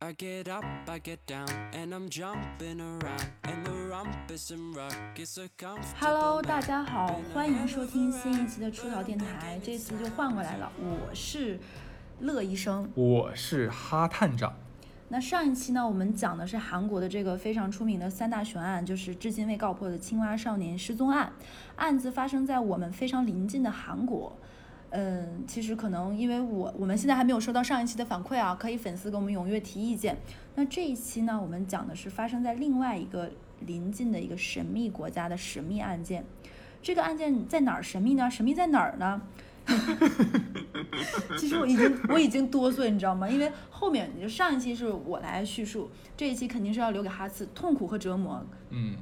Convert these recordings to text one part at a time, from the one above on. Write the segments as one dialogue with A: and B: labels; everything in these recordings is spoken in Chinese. A: I get up, I get down, and I'm jumping around, and the rumpus and ruckus are comfortable.
B: Hello，大家好，欢迎收听新一期的出逃电台，这次就换过来了，我是乐医生。
C: 我是哈探长，
B: 那上一期呢，我们讲的是韩国的这个非常出名的三大悬案，就是至今未告破的青蛙少年失踪案。案子发生在我们非常邻近的韩国。嗯，其实可能因为我我们现在还没有收到上一期的反馈啊，可以粉丝给我们踊跃提意见。那这一期呢，我们讲的是发生在另外一个邻近的一个神秘国家的神秘案件。这个案件在哪儿神秘呢？神秘在哪儿呢？其实我已经我已经哆嗦，你知道吗？因为后面就上一期是我来叙述，这一期肯定是要留给哈次痛苦和折磨，
C: 嗯，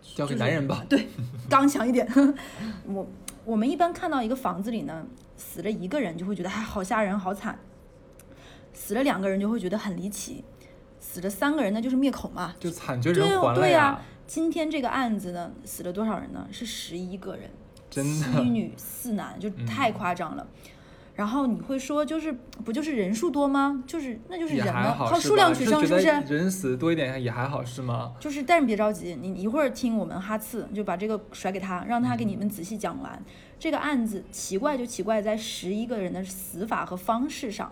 C: 交给男人吧。
B: 对，刚强一点。 我我们一般看到一个房子里呢，死了一个人就会觉得哎好吓人好惨，死了两个人就会觉得很离奇，死了三个人那就是灭口嘛。
C: 就惨绝
B: 对
C: 人
B: 哦
C: 寰了
B: 对
C: 呀，
B: 今天这个案子呢，死了多少人呢？是十一个人。
C: 真
B: 七
C: 的。嗯
B: 女四男，就太夸张了。然后你会说，就是不就是人数多吗？就是那就是
C: 也
B: 人
C: 还
B: 了，
C: 好
B: 靠
C: 是
B: 数量
C: 吧
B: 取
C: 啊
B: 胜，
C: 就觉
B: 是不
C: 得
B: 是？
C: 人死多一点也还好是吗？
B: 就是，但是别着急，你一会儿听我们哈次就把这个甩给他，让他给你们仔细讲完、这个案子。奇怪就奇怪在十一个人的死法和方式上，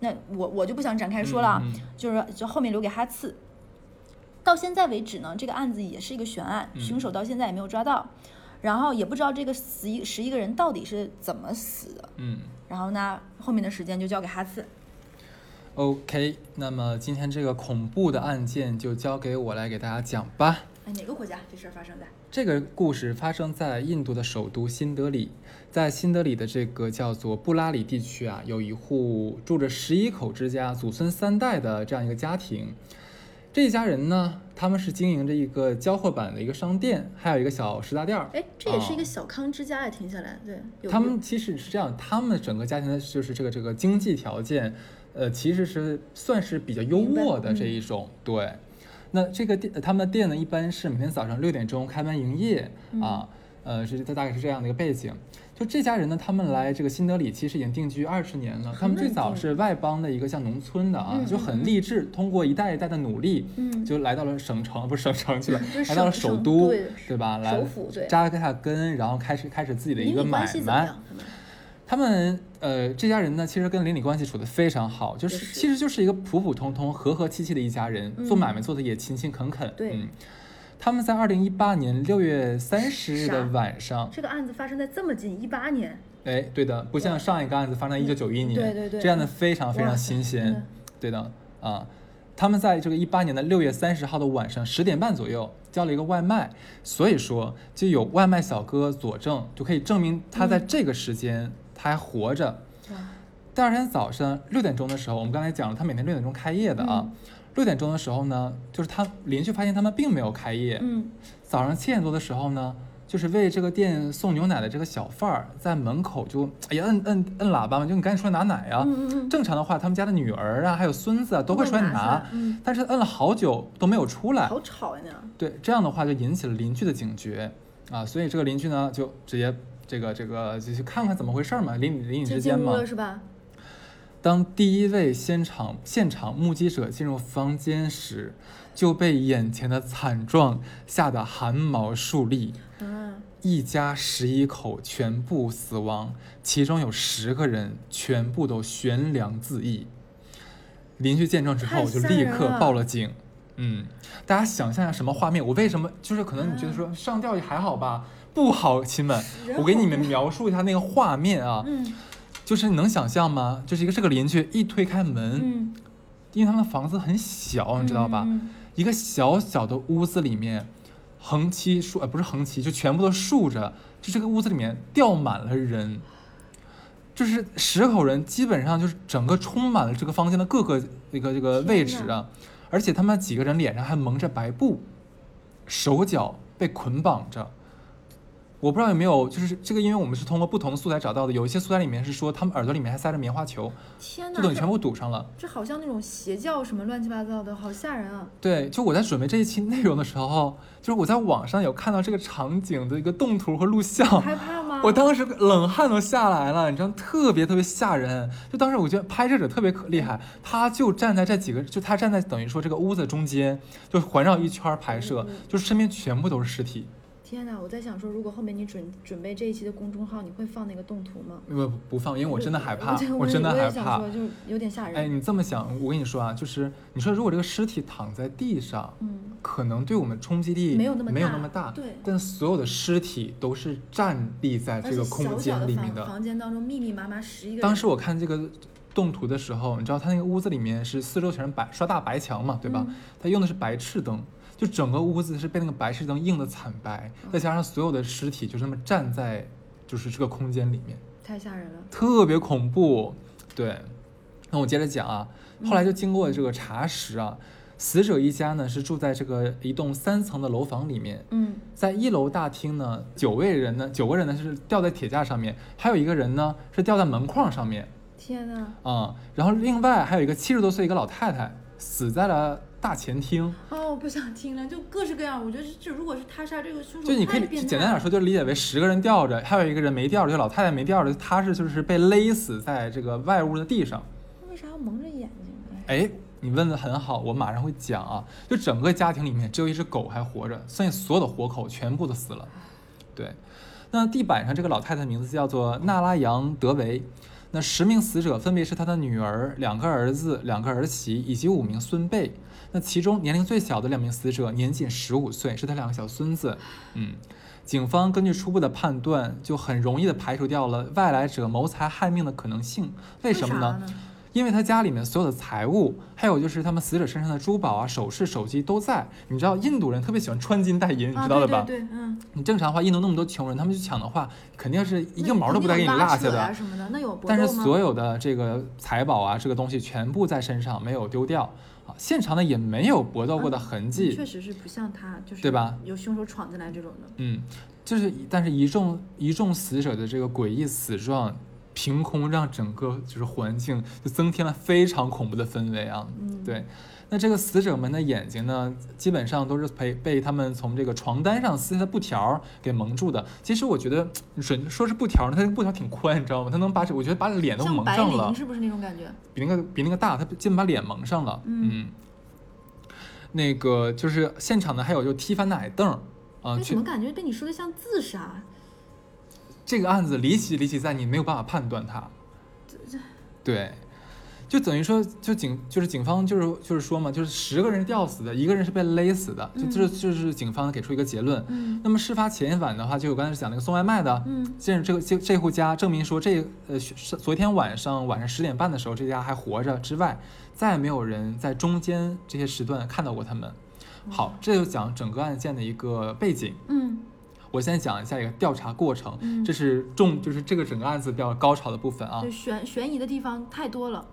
B: 那我我就不想展开说了啊。
C: 嗯嗯
B: 就是就后面留给哈次。到现在为止呢，这个案子也是一个悬案，
C: 嗯
B: 凶手到现在也没有抓到，然后也不知道这个十一十一个人到底是怎么死的。
C: 嗯
B: 然后呢，后面的时间就交给哈次。
C: ，OK，那么今天这个恐怖的案件就交给我来给大家讲吧。
B: 哎，哪个国家这事儿发生在？
C: 这个故事发生在印度的首都新德里，在新德里的这个叫做布拉里地区啊，有一户住着十一口之家、祖孙三代的这样一个家庭。这一家人呢，他们是经营着一个交货版的一个商店，还有一个小食杂店儿。
B: 哎，这也是一个
C: 哦
B: 小康之家呀，停下来，对，有
C: 他们其实是这样，他们整个家庭的就是这个这个经济条件，呃，其实是算是比较优
B: 明白
C: 渥的这
B: 嗯
C: 一种。对，那这个店他们的店呢，一般是每天早上六点钟开门营业、
B: 嗯
C: 啊，呃，是大概是这样的一个背景。就这家人呢，他们来这个新德里其实已经定居二十年了，他们最
B: 稳
C: 早
B: 定
C: 是外邦的一个像农村的啊，
B: 嗯
C: 就
B: 嗯
C: 很
B: 嗯
C: 励志，通过一代一代的努力，
B: 嗯
C: 就来到了省城，不是省城去了
B: 就，是
C: 来到了
B: 省
C: 首
B: 省
C: 都，
B: 对
C: 吧？来
B: 首府对
C: 扎根下根，然后开始开始自己的一
B: 邻
C: 个
B: 里
C: 买
B: 关系怎么
C: 卖。
B: 样？他们
C: 他们呃，这家人呢，其实跟邻里关系处得非常好，就
B: 也是
C: 是其实就是一个普普通通、和和气气的一家人，
B: 嗯
C: 做买卖做的也勤勤恳恳。
B: 对
C: 嗯，他们在二零一八年六月三十日的
B: 啥
C: 晚上，
B: 这个案子发生在这么近，一八年，
C: 哎，对的，不像上一个案子发生在一九九一
B: 嗯
C: 年，
B: 对对对
C: 这样的非常非
B: 哇
C: 常
B: 塞
C: 新
B: 真
C: 鲜
B: 的，
C: 对的啊。他们在这个一八年的六月三十号的晚上十点半左右叫了一个外卖，所以说就有外卖小哥佐证，就可以证明他
B: 嗯
C: 在这个时间他还活着。啊
B: 哇，
C: 第二天早上六点钟的时候，我们刚才讲了，他每天六点钟开业的啊。
B: 嗯
C: 六点钟的时候呢，就是他邻居发现他们并没有开业。
B: 嗯，
C: 早上七点多的时候呢，就是为这个店送牛奶的这个小贩儿在门口就哎呀摁摁摁喇叭嘛，就你赶紧出来拿奶啊。
B: 嗯嗯嗯
C: 正常的话，他们家的女儿啊，还有孙子啊，都会出来
B: 拿下
C: 拿
B: 来，嗯
C: 但是摁了好久都没有出来。
B: 好吵呀那，
C: 对，这样的话就引起了邻居的警觉啊，所以这个邻居呢就直接这个这个就去看看怎么回事儿嘛，邻里邻里
B: 就
C: 之
B: 进
C: 间
B: 屋
C: 嘛。
B: 了是吧？
C: 当第一位现场现场目击者进入房间时，就被眼前的惨状吓得汗毛竖立。
B: 啊，
C: 一家十一口全部死亡，其中有十个人全部都悬梁自缢。邻居见状之后，
B: 太
C: 就
B: 吓
C: 立
B: 人
C: 刻
B: 了
C: 报了警。嗯，大家想象一下什么画面？我为什么就是可能你觉得说上吊也还好吧？不好，亲们，我给你们描述一下那个画面啊。
B: 嗯
C: 就是你能想象吗？就是一个这个邻居一推开门，
B: 嗯，
C: 因为他们的房子很小，你知道吧？
B: 嗯？嗯
C: 一个小小的屋子里面，横七竖呃不是横七，就全部都竖着，就这个屋子里面吊满了人，就是十口人，基本上就是整个充满了这个房间的各个这个这个位置
B: 天
C: 啊，而且他们几个人脸上还蒙着白布，手脚被捆绑着。我不知道有没有，就是这个，因为我们是通过不同的素材找到的，有一些素材里面是说他们耳朵里面还塞着棉花球，
B: 嗯天
C: 就
B: 哪，
C: 等于全
B: 这
C: 部堵上了。
B: 这好像那种邪教什么乱七八糟的，好吓人啊！
C: 对，就我在准备这一 期内容的时候，就是我在网上有看到这个场景的一个动图和录像，
B: 害怕吗？哇！
C: 哦我当时冷汗都下来了，你知道，特别特别吓人。就当时我觉得拍摄者特别可厉害，他就站在这几个，就他站在等于说这个屋子中间，就环绕一圈拍摄，
B: 嗯
C: 就是身边全部都是尸体。
B: 天哪！我在想说，如果后面你准准备这一期的公众号，你会放那个动图吗？
C: 我不放，因为我真的害怕，
B: 我
C: 真的害
B: 也想
C: 怕
B: 说。就有点吓人。
C: 哎，你这么想，我跟你说啊，就是你说如果这个尸体躺在地上，
B: 嗯，
C: 可能对我们冲击力
B: 没有那么
C: 没有那
B: 大
C: 么大，
B: 对
C: 但所有的尸体都是站立在
B: 而
C: 这
B: 且
C: 个
B: 小
C: 空
B: 小
C: 间
B: 的
C: 里
B: 房
C: 面的。
B: 房间当中密密麻麻十一个人，
C: 当时我看这个动图的时候，你知道他那个屋子里面是四周全是白刷大白墙嘛，对吧？
B: 嗯
C: 他用的是白炽灯，就整个屋子是被那个白炽灯映的惨白，
B: 嗯
C: 再加上所有的尸体就这么站在就是这个空间里面。
B: 太吓人了。
C: 特别恐怖。对，那我接着讲啊，后来就经过这个查实啊，死者一家呢是住在这个一栋三层的楼房里面。
B: 嗯，
C: 在一楼大厅呢，九位人呢，九个人呢是吊在铁架上面，还有一个人呢是吊在门框上面
B: 天哪！
C: 啊、然后另外还有一个七十多岁一个老太太死在了大前厅，
B: 哦，我不想听了，就各式各样。我觉得这如果是他杀这个凶手，
C: 就你可
B: 太
C: 以
B: 变态
C: 简单点
B: 了
C: 说，就理解为十个人吊着，还有一个人没吊着，就老太太没吊着，她是就是被勒死在这个外屋的地上。
B: 为啥要蒙着眼睛啊呢？
C: 哎，你问的很好，我马上会讲啊。就整个家庭里面只有一只狗还活着，剩下所有的活口全部都死了。对，那地板上这个老太太的名字叫做纳拉扬德维。那十名死者分别是她的女儿、两个儿子、两个儿媳以及五名孙辈。那其中年龄最小的两名死者年仅十五岁，是他两个小孙子。嗯，警方根据初步的判断，就很容易的排除掉了外来者谋财害命的可能性。为什么
B: 啥
C: 呢？
B: 呢？
C: 因为他家里面所有的财物，还有就是他们死者身上的珠宝啊、首饰、手机都在。你知道印度人特别喜欢穿金戴银，你
B: 啊
C: 知道的吧？
B: 对对对，嗯，
C: 你正常的话，印度那么多穷人，他们去抢的话，肯定是一
B: 那
C: 个毛都不带给你
B: 肯定有
C: 落
B: 拉
C: 下
B: 扯
C: 的
B: 呀。什么的，那有搏
C: 但是
B: 斗吗
C: 所有的这个财宝啊，这个东西全部在身上，没有丢掉啊。现场呢也没有搏斗过的痕迹，
B: 啊确实是不像他，就是
C: 对吧？
B: 有凶手闯进来这种的，
C: 嗯，就是但是一众一众死者的这个诡异死状，凭空让整个就是环境就增添了非常恐怖的氛围啊。
B: 嗯
C: 对，那这个死者们的眼睛呢，基本上都是被被他们从这个床单上撕下的布条儿给蒙住的。其实我觉得，准说是布条儿呢，它这个布条儿挺宽，你知道吗？它能把这我觉得把脸都
B: 像
C: 蒙
B: 白
C: 上了
B: 绫，是不是那种感觉？
C: 比那个比那个大，它基本把脸蒙上了。
B: 嗯
C: 那个就是现场呢，还有就踢翻的矮凳儿啊，
B: 为
C: 去
B: 什么感觉被你说的像自杀？
C: 这个案子离奇离奇在你没有办法判断它，
B: 嗯
C: 对，就等于说就警就是警方就是就是说嘛，就是十个人是吊死的，一个人是被勒死的，就这、就是警方给出一个结论。
B: 嗯
C: 那么事发前一晚的话，就我刚才讲那个送外卖的，
B: 嗯
C: 这这个这这户家证明说这呃是昨天晚上晚上十点半的时候这家还活着之外，再也没有人在中间这些时段看到过他们。好，这就讲整个案件的一个背景。
B: 嗯
C: 我先讲一下一个调查过程，
B: 嗯
C: 这是重，就是这个整个案子比较高潮的部分啊
B: 对，。悬悬疑的地方太多了。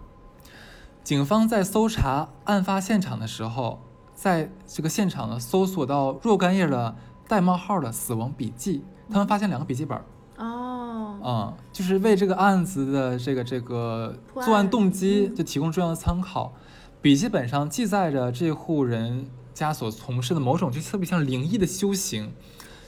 C: 警方在搜查案发现场的时候，在这个现场呢搜索到若干页的带冒号的死亡笔记，
B: 嗯
C: 他们发现两个笔记本，
B: 哦，
C: 嗯，就是为这个案子的这个这个
B: 破案
C: 作案动机
B: 嗯
C: 就提供重要的参考。笔记本上记载着这户人家所从事的某种就特别像灵异的修行，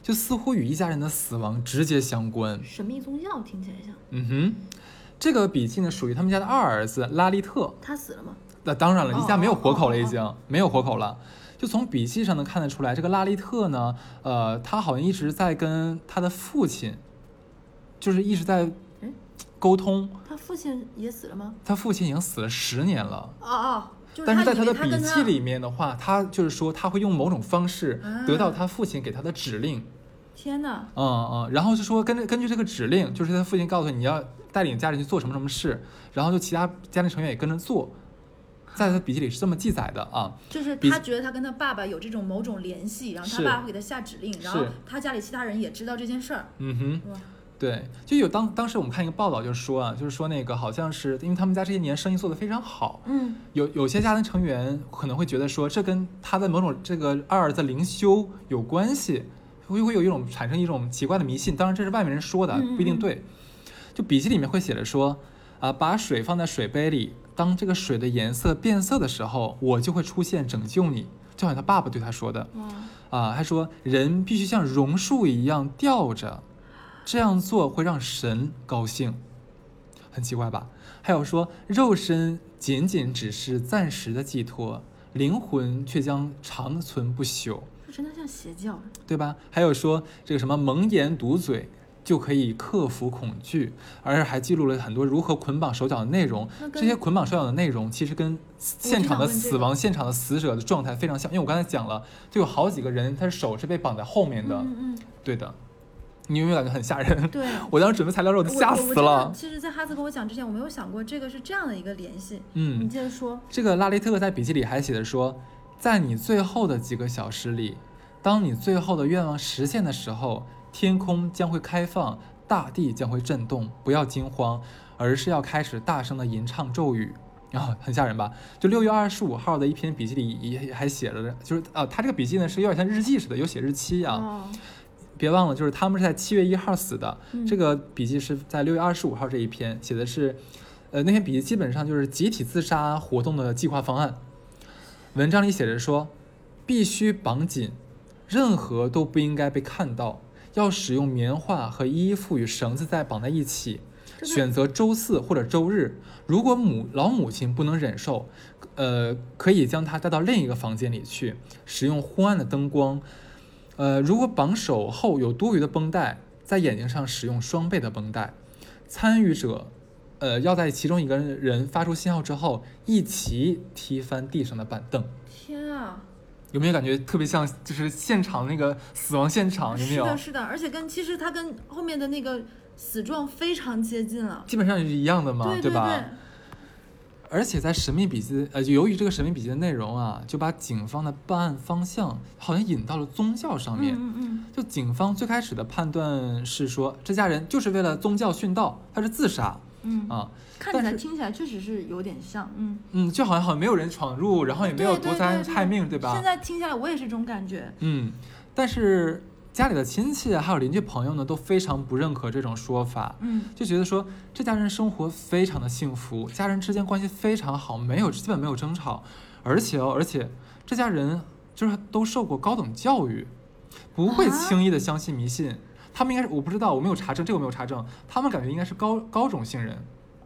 C: 就似乎与一家人的死亡直接相关。
B: 神秘宗教听起来像。
C: 嗯哼，这个笔记呢属于他们家的二儿子拉利特。
B: 他死了吗？
C: 那当然了，
B: 哦
C: 一家没有活口了，
B: 哦哦
C: 已经、没有活口了。就从笔记上能看得出来，这个拉利特呢，呃，他好像一直在跟他的父亲，就是一直在
B: 嗯
C: 沟通。
B: 他父亲也死了吗？
C: 他父亲已经死了十年了，
B: 哦哦，就
C: 但是在
B: 以为
C: 的
B: 他
C: 笔
B: 跟
C: 记里面的话，他就是说他会用某种方式得到
B: 啊
C: 他父亲给他的指令。
B: 天哪，
C: 嗯嗯，然后就说根据根据这个指令，就是他父亲告诉你要带领家人去做什么什么事，然后就其他家庭成员也跟着做，在他笔记里是这么记载的啊。
B: 就是
C: 比
B: 他觉得他跟他爸爸有这种某种联系，然后他
C: 是
B: 爸会给他下指令，然后
C: 是
B: 他家里其他人也知道这件事儿。
C: 嗯哼，
B: 哇，
C: 对，就有当当时我们看一个报道，就是说啊，就是说那个好像是因为他们家这些年生意做得非常好，
B: 嗯，
C: 有有些家庭成员可能会觉得说这跟他的某种这个二儿子灵修有关系，会会有一种产生一种奇怪的迷信。当然这是外面人说的，
B: 嗯嗯
C: 不一定
B: 嗯
C: 对。就笔记里面会写着说，啊，把水放在水杯里，当这个水的颜色变色的时候，我就会出现拯救你。就好像他爸爸对他说的
B: 哇，
C: 啊，他说人必须像榕树一样吊着，这样做会让神高兴，很奇怪吧？还有说，肉身仅仅只是暂时的寄托，灵魂却将长存不朽，
B: 这真的像邪教。
C: 对吧？还有说这个什么蒙眼堵嘴就可以克服恐惧，而还记录了很多如何捆绑手脚的内容。
B: 那
C: 这
B: 跟
C: 些捆绑手脚的内容其实跟现场的死亡、现场的死者的状态非常像，因为我刚才讲了，就有好几个人他手是被绑在后面的，
B: 嗯嗯
C: 对的。你有没有感觉很吓人
B: 嗯，？对。
C: 我当时准备材料的时候都
B: 我
C: 吓
B: 我
C: 死
B: 我真的
C: 了。
B: 其实，在哈斯跟我讲之前，我没有想过这个是这样的一个联系。你
C: 嗯，
B: 接着说，
C: 这个拉雷特在笔记里还写着说，在你最后的几个小时里，当你最后的愿望实现的时候，天空将会开放，大地将会震动。不要惊慌，而是要开始大声的吟唱咒语。 啊、很吓人吧？就六月二十五号的一篇笔记里也还写着，就是啊，他这个笔记呢是有点像日记似的，有写日期啊。
B: 哦，
C: 别忘了，就是他们是在七月一号死的。
B: 嗯
C: 这个笔记是在六月二十五号这一篇写的是，呃，那篇笔记基本上就是集体自杀活动的计划方案。文章里写着说，必须绑紧，任何都不应该被看到，要使用棉花和衣服与绳子再绑在一起。
B: 这个
C: 选择周四或者周日，如果母老母亲不能忍受，呃，可以将她带到另一个房间里去，使用昏暗的灯光。呃，如果绑手后有多余的绷带，在眼睛上使用双倍的绷带。参与者，呃，要在其中一个人发出信号之后，一齐踢翻地上的板凳。
B: 天啊！
C: 有没有感觉特别像，就是现场那个死亡现啊场？有没
B: 是
C: 有？
B: 的，是的，而且跟其实它跟后面的那个死状非常接近了，
C: 基本上是一样的嘛，
B: 对
C: 吧？
B: 对，
C: 而且在《神秘笔记》呃，由于这个《神秘笔记》的内容啊，就把警方的办案方向好像引到了宗教上面。
B: 嗯嗯
C: 就警方最开始的判断是说，这家人就是为了宗教殉道，他是自杀
B: 嗯嗯，
C: 啊，
B: 看
C: 但
B: 起来
C: 是
B: 听起来确实是有点像，嗯，
C: 嗯，就好像好像没有人闯入，然后也没有
B: 对对
C: 夺财
B: 对对
C: 害命，对
B: 现
C: 吧？
B: 在听下来我也是这种感觉，
C: 嗯，但是家里的亲戚啊，还有邻居朋友呢，都非常不认可这种说法，
B: 嗯，
C: 就觉得说这家人生活非常的幸福，家人之间关系非常好，没有基本没有争吵，而且哦，而且这家人就是都受过高等教育，不会
B: 啊
C: 轻易的相信迷信。他们应该是我不知道，我没有查证，这个我没有查证。他们感觉应该是高高种姓人，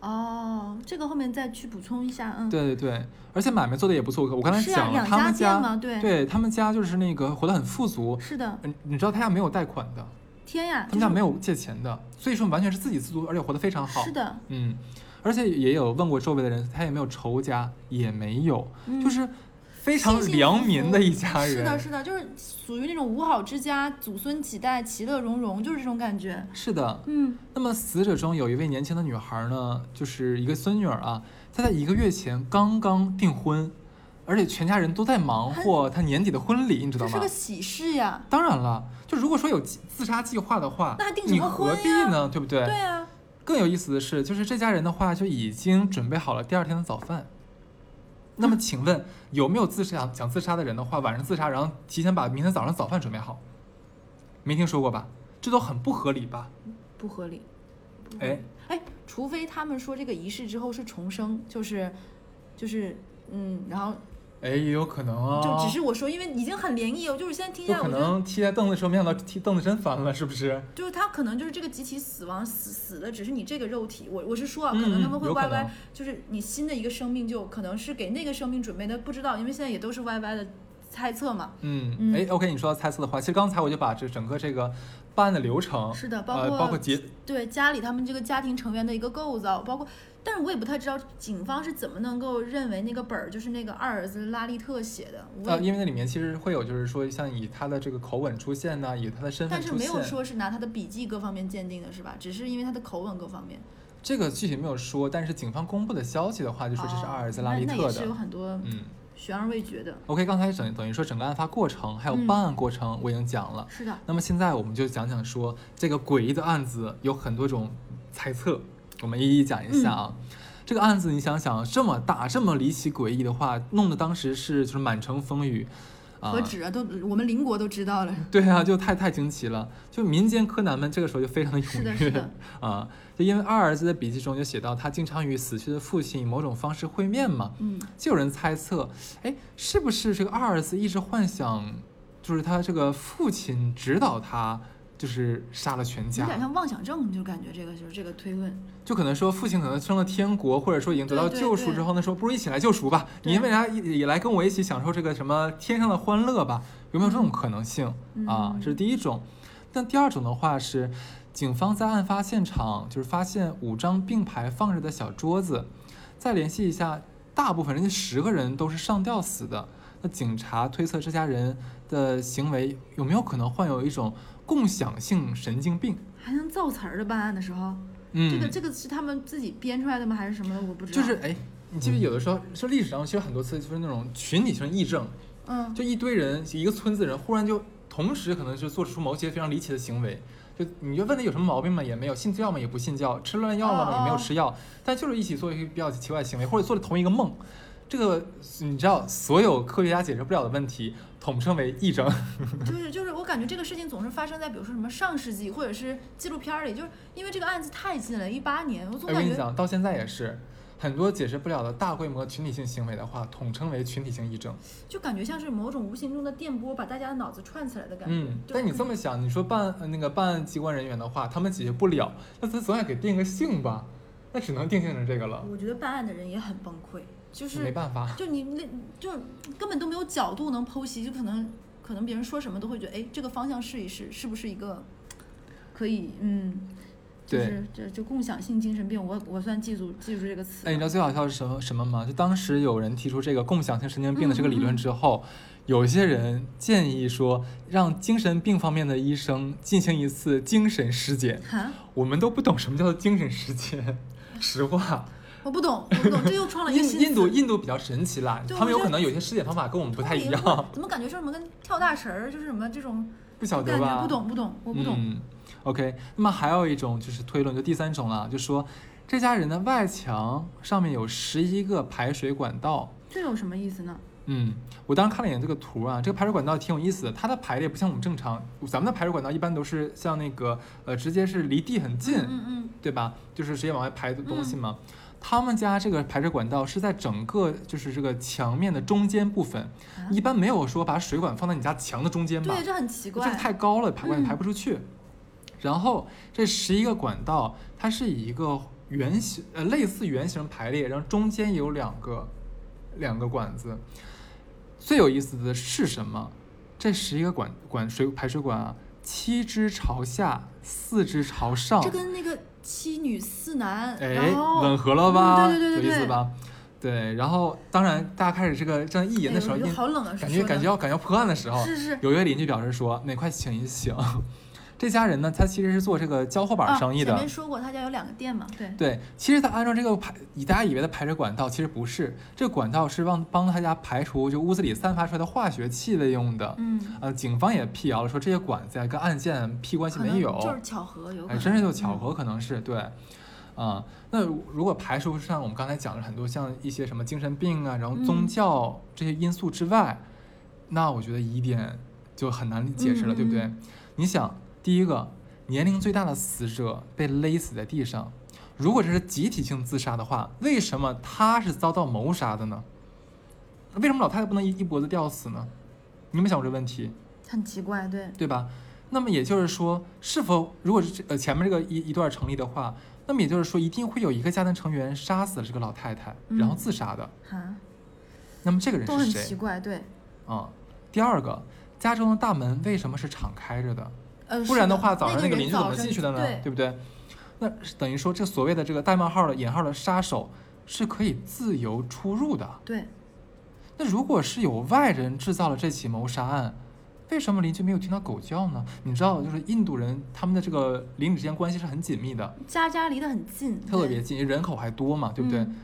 B: 哦，这个后面再去补充一下，嗯，
C: 对对对，而且买卖做的也不错。我刚才
B: 是啊，
C: 讲了，
B: 两
C: 他们
B: 见
C: 家
B: 嘛，对，
C: 对他们家就是那个活得很富足，
B: 是的，
C: 嗯，你知道他家没有贷款的，
B: 天呀，
C: 他
B: 啊就
C: 们家
B: 是
C: 没有借钱的，所以说完全是自给自足，而且活得非常好。
B: 是的，
C: 嗯，而且也有问过周围的人，他也没有仇家，也没有，
B: 嗯
C: 就是非常
B: 幸幸福
C: 良民的一家人。
B: 是的，是的，就是属于那种五好之家，祖孙几代其乐融融，就是这种感觉，
C: 是的
B: 嗯，
C: 那么死者中有一位年轻的女孩呢，就是一个孙女儿啊，她在一个月前刚刚订婚，而且全家人都在忙活她年底的婚礼，你知道
B: 这是
C: 吗
B: 个？喜事呀，
C: 当然了，就如果说有计自杀计划的话，
B: 那还订什
C: 你
B: 么
C: 何
B: 婚
C: 必
B: 呀
C: 呢？对不
B: 对啊，
C: 更有意思的是，就是这家人的话就已经准备好了第二天的早饭。那么，请问有没有自杀想自杀的人的话，晚上自杀，然后提前把明天早上早饭准备好？没听说过吧？这都很不合理吧？
B: 不合理。不合
C: 哎
B: 理，哎，除非他们说这个仪式之后是重生，就是，就是，嗯，然后
C: 哎，也有可能哦。
B: 就只是我说，因为已经很灵异哦，就是现在听
C: 有
B: 下来，
C: 可
B: 我觉得
C: 能踢在凳子的时候，没想到踢凳子真翻了，是不是？
B: 就是他可能就是这个集体死亡死死的，只是你这个肉体，我我是说啊，
C: 嗯
B: 可能他
C: 嗯
B: 们会
C: 有可
B: YY，
C: 能
B: 就是你新的一个生命就可能是给那个生命准备的，不知道，因为现在也都是 YY 的猜测嘛。
C: 嗯，
B: 嗯
C: 哎，OK，你说到猜测的话，其实刚才我就把这整个这个办案的流程，
B: 是的，包括、
C: 呃，包括结，
B: 对家里他们这个家庭成员的一个构造，包括，但是我也不太知道警方是怎么能够认为那个本儿就是那个二儿子拉力特写的，我也
C: 呃，因为那里面其实会有，就是说像以他的这个口吻出现呢，以他的身份
B: 但
C: 出
B: 是
C: 现，
B: 没有说是拿他的笔记各方面鉴定的是吧？只是因为他的口吻各方面。
C: 这个具体没有说，但是警方公布的消息的话，就说这是
B: 哦
C: 阿尔兹拉利
B: 那那也
C: 特
B: 是
C: 的。
B: 有很多
C: 嗯
B: 悬而未决的。
C: ，OK，刚才整等于说整个案发过程还有
B: 嗯
C: 办案过程我已经讲了，
B: 是的，
C: 那么现在我们就讲讲说这个诡异的案子有很多种猜测，我们一一讲一下
B: 嗯
C: 啊。这个案子你想想，这么大，这么离奇诡异的话，弄得当时是就是满城风雨，啊、
B: 何止啊，都我们邻国都知道了。
C: 对啊，就太太惊奇了，就民间柯南们这个时候就非常的踊
B: 是
C: 跃
B: 的，是 的，
C: 啊，就因为二儿子的笔记中就写到，他经常与死去的父亲以某种方式会面嘛，
B: 嗯，
C: 就有人猜测，哎，是不是这个二儿子一直幻想，就是他这个父亲指导他就是杀了全
B: 有
C: 家，
B: 点像妄想症，就感觉这个就是这个推论。
C: 就可能说父亲可能升了天国，或者说已经得到
B: 对对
C: 救赎
B: 对
C: 之后，那说不如一起来救赎吧，你
B: 对
C: 为啥也也来跟我一起享受这个什么天上的欢乐吧？有没有这种可能性、
B: 嗯
C: 啊？这是第一种。但第二种的话是，警方在案发现场就是发现五张并排放着的小桌子，再联系一下，大部分人家十个人都是上吊死的。那警察推测这家人的行为有没有可能患有一种共享性神经病？
B: 还能造词儿的办案的时候，
C: 嗯，
B: 这个这个是他们自己编出来的吗？还是什么？我不知道。
C: 就是哎，你记不记得有的时候，说历史上其实很多次就是那种群体性议政，
B: 嗯，
C: 就一堆人一个村子人忽然就同时可能就做出某些非常离奇的行为，就你就问他有什么毛病吗？也没有，信教吗？也不信教，吃乱药了吗？也没有
B: 哦
C: 吃药，但就是一起做一些比较奇怪的行为，或者做了同一个梦。这个你知道，所有科学家解释不了的问题，统称为癔症。
B: 就是就是，我感觉这个事情总是发生在比如说什么上世纪或者是纪录片儿里，就是因为这个案子太近了，一八年，我总
C: 哎
B: 感
C: 我跟你
B: 觉
C: 讲，到现在也是，很多解释不了的大规模群体性行为的话，统称为群体性癔症。
B: 就感觉像是某种无形中的电波把大家的脑子串起来的感觉。
C: 嗯，
B: 就
C: 但你这么想，你说办呃那个办案机关人员的话，他们解决不了，那咱总得给定个性吧？那只能定性成这个了，
B: 我觉得办案的人也很崩溃，就是
C: 嗯没办法。
B: 就你那就根本都没有角度能剖析，就可能可能别人说什么都会觉得，哎，这个方向试一试，是不是一个可以嗯，就
C: 对
B: 是这就共享性精神病，我我算记住记住这个词了。
C: 哎，你知道最好笑的是什么什么吗？就当时有人提出这个共享性神经病的这个理
B: 嗯
C: 论之后，有些人建议说，让精神病方面的医生进行一次精神尸检。
B: 哈，
C: 我们都不懂什么叫做精神尸检，实话。
B: 我不懂，我不懂，这又创了一个
C: 印
B: 新
C: 印度
B: 词
C: 印度比较神奇啦，
B: 对
C: 他们
B: 我
C: 有
B: 觉
C: 可
B: 得
C: 能有些尸检方法跟我们不太一
B: 我不明白
C: 样，
B: 怎么感觉说什么跟跳大神儿，就是什么这种
C: 不晓得
B: 感
C: 吧？
B: 觉，不懂不懂，我不懂。
C: 嗯、OK，那么还有一种就是推论，就第三种了，就说这家人的外墙上面有十一个排水管道。
B: 这有什么意思呢？
C: 嗯，我当时看了一眼这个图啊，这个排水管道挺有意思的，它的排列不像我们正常，咱们的排水管道一般都是像那个呃，直接是离地很近，
B: 嗯嗯，
C: 对吧？就是直接往外排的东西嘛。他们家这个排水管道是在整个就是这个墙面的中间部分，
B: 啊
C: 一般没有说把水管放在你家墙的中间吧？
B: 对，这很奇怪。嗯
C: 这个太高了，排管也排不出去。然后这十一个管道，它是以一个圆形呃类似圆形排列，然后中间有两个两个管子。最有意思的是什么？这十一个管管水排水管啊，七只朝下，四只朝上。
B: 这跟那个七女四男，哦
C: 哎
B: 然，后
C: 吻合了吧？
B: 嗯对对对对
C: 有意思
B: 对
C: 吧？对，然后当然，大家开始这个这样一
B: 哎
C: 言的时候，
B: 我觉得
C: 因为
B: 好冷啊，
C: 感
B: 说
C: 觉
B: 的
C: 感觉要感觉要破案的时候，
B: 是是
C: 有一位邻居表示说：“那快醒一醒。”这家人呢，他其实是做这个交货板生意的。
B: 啊。前面说过他家有两个店嘛，对，
C: 对，其实他按照这个排，以大家以为的排水管道，其实不是，这个管道是帮帮他家排除就屋子里散发出来的化学气味用的。
B: 嗯，
C: 呃，警方也辟谣了，说这些管子啊跟案件屁关系
B: 可
C: 没
B: 能
C: 有，
B: 哦就是巧合，有可
C: 哎，
B: 能嗯
C: 真是就巧合，可能是对，啊、那如如果排除上我们刚才讲了很多像一些什么精神病啊，然后宗
B: 嗯
C: 教这些因素之外，那我觉得疑点就很难解释了，对不对
B: 嗯？
C: 你想，第一个年龄最大的死者被勒死在地上，如果这是集体性自杀的话，为什么他是遭到谋杀的呢？为什么老太太不能一一脖子吊死呢？你有没有想过这个问题？
B: 很奇怪，对，
C: 对吧？那么也就是说，是否如果是这呃前面这个一一段成立的话，那么也就是说，一定会有一个家庭成员杀死了这个老太太，然后
B: 嗯
C: 自杀的。
B: 哈，
C: 那么这个人
B: 都很
C: 是
B: 奇
C: 谁
B: 怪，对，
C: 啊、第二个，家中的大门为什么是敞开着的？
B: 呃，
C: 不然的
B: 是
C: 话，早上
B: 那
C: 那个
B: 个人
C: 邻居怎
B: 早
C: 么
B: 上
C: 进去的呢？
B: 对，
C: 不对？那是等于说，这所谓的这个带冒号的引号的杀手是可以自由出入的。
B: 对，
C: 那如果是有外人制造了这起谋杀案，为什么邻居没有听到狗叫呢？你知道，就是印度人他们的这个邻里之间关系是很紧密的，
B: 家家离得很近，
C: 特
B: 对
C: 别近，人口还多嘛，对不对？
B: 嗯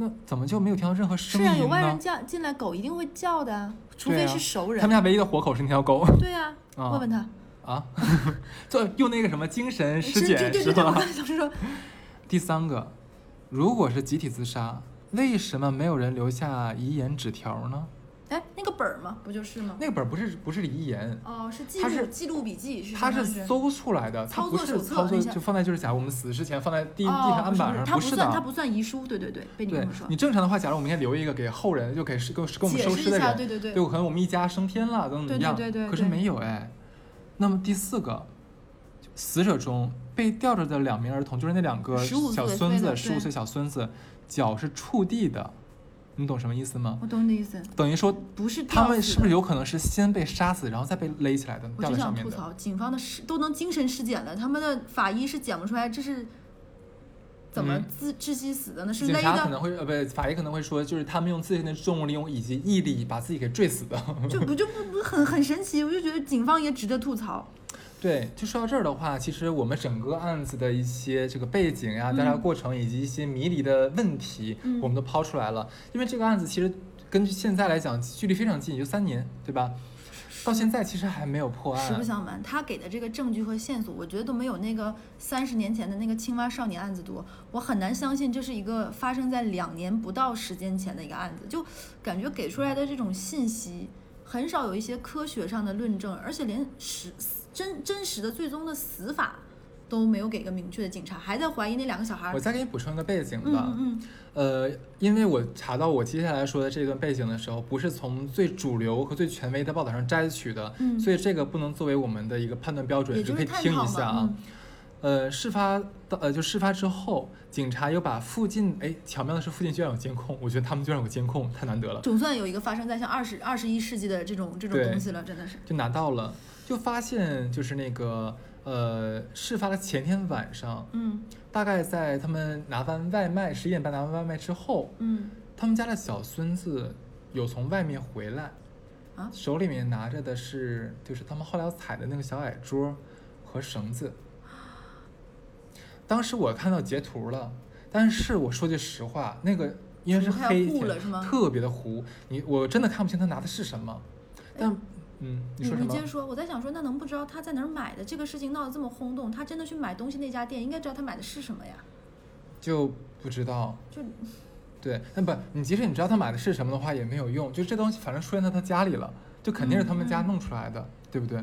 C: 那怎么就没有听到任何声
B: 是
C: 音
B: 啊，
C: 呢？
B: 有外人叫进来，狗一定会叫的啊，除
C: 对
B: 非
C: 啊
B: 是熟
C: 他
B: 人
C: 们。家唯一的活口是那条狗
B: 对啊，
C: 啊
B: 问问他，
C: 啊， 就用那个什么精神
B: 是
C: 尸
B: 对
C: 检
B: 对
C: 是
B: 对对，我
C: 吧
B: 刚？才想说，
C: 第三个，如果是集体自杀，为什么没有人留下遗言纸条呢？
B: 哎，那个本儿嘛，不就是吗？
C: 那个本儿不是不是遗言，
B: 哦，是记
C: 它
B: 录
C: 是
B: 记录笔记，是
C: 它
B: 相
C: 是
B: 当于
C: 搜出来的，它
B: 操
C: 不
B: 作
C: 是
B: 手册
C: 操作
B: 那些
C: 就放在就是假如我们死之前放在地、
B: 哦
C: 地上案板
B: 不是不是
C: 上，
B: 它不
C: 是
B: 算它
C: 的。
B: 不算遗书，对对对，被你这
C: 对
B: 么说
C: 你，正常的话，假如我们先留一个给后人，就给是给我给我们
B: 解
C: 收
B: 释
C: 尸
B: 一
C: 的
B: 下，
C: 人，
B: 对对对，
C: 可能我们一家升天了，怎么怎
B: 对
C: 么
B: 对
C: 样，
B: 对对
C: 可是
B: 对
C: 没有哎。那么第四个，死者中被吊着的两名儿童，就是那两个
B: 15
C: 小
B: 岁
C: 孙
B: 的
C: 子，
B: 对
C: 十五岁小孙子，脚是触地的，你懂什么意思吗？
B: 我懂你的意思，
C: 等于说
B: 不是
C: 他
B: 吊
C: 们
B: 死
C: 是不
B: 的
C: 是有可能是先被杀死，然后再被勒起来的，
B: 我
C: 吊
B: 只
C: 在上
B: 想
C: 面
B: 吐
C: 的？
B: 槽，警方的尸都能精神尸检了，他们的法医是检不出来这是怎么
C: 嗯
B: 自窒息死的呢？是
C: 警
B: 勒
C: 察可
B: 的，
C: 能会呃，不，法医可能会说，就是他们用自身的重力用以及毅力把自己给坠死的。
B: 就不就不不很很神奇，我就觉得警方也值得吐槽。
C: 对，就说到这儿的话，其实我们整个案子的一些这个背景呀、调查
B: 嗯
C: 过程以及一些迷离的问题，
B: 嗯
C: 我们都抛出来了。因为这个案子其实根据现在来讲，距离非常近，也就三年，对吧？到现在其实还没有破
B: 实不
C: 案。
B: 相瞒，他给的这个证据和线索，我觉得都没有那个三十年前的那个青蛙少年案子多。我很难相信这是一个发生在两年不到时间前的一个案子，就感觉给出来的这种信息很少有一些科学上的论证，而且连实真真实的最终的死法都没有给个明确的，警察还在怀疑那两个小孩
C: 我
B: 儿。
C: 再给你补充一个背景
B: 嗯
C: 吧。
B: 嗯
C: 呃，因为我查到我接下来说的这段背景的时候，不是从最主流和最权威的报道上摘取的，
B: 嗯
C: 所以这个不能作为我们的一个判断标
B: 嗯，
C: 准，
B: 也
C: 只
B: 就
C: 可以
B: 是探
C: 听
B: 讨
C: 一下啊。
B: 嘛，嗯
C: 呃，事发到呃，就事发之后，警察又把附近，哎，巧妙的是附近居然有监控，我觉得他们居然有监控，太难得了
B: 嗯，，总算有一个发生在像二十二十一世纪的这种这种
C: 对
B: 东西了，真的是。
C: 就拿到了，就发现就是那个呃，事发的前天晚上，
B: 嗯
C: 大概在他们拿完外卖十一点半拿完外卖之后，
B: 嗯，
C: 他们家的小孙子有从外面回来，
B: 啊
C: 手里面拿着的是就是他们后来要踩的那个小矮桌和绳子。当时我看到截图了，但是我说句实话，那个因为是
B: 图快要
C: 黑
B: 糊
C: 天
B: 了是吗
C: 特别的糊，你我真的看不清他拿的是什么。但嗯，
B: 你
C: 你说什
B: 哎你
C: 么
B: 接着？说，我在想说，那能不知道他在哪儿买的？这个事情闹得这么轰动，他真的去买东西那家店，应该知道他买的是什么呀？
C: 就不知道。
B: 就
C: 对，那不，你即使你知道他买的是什么的话也没有用，就这东西反正出现在他家里了，就肯定是他们家弄出来的，对不对？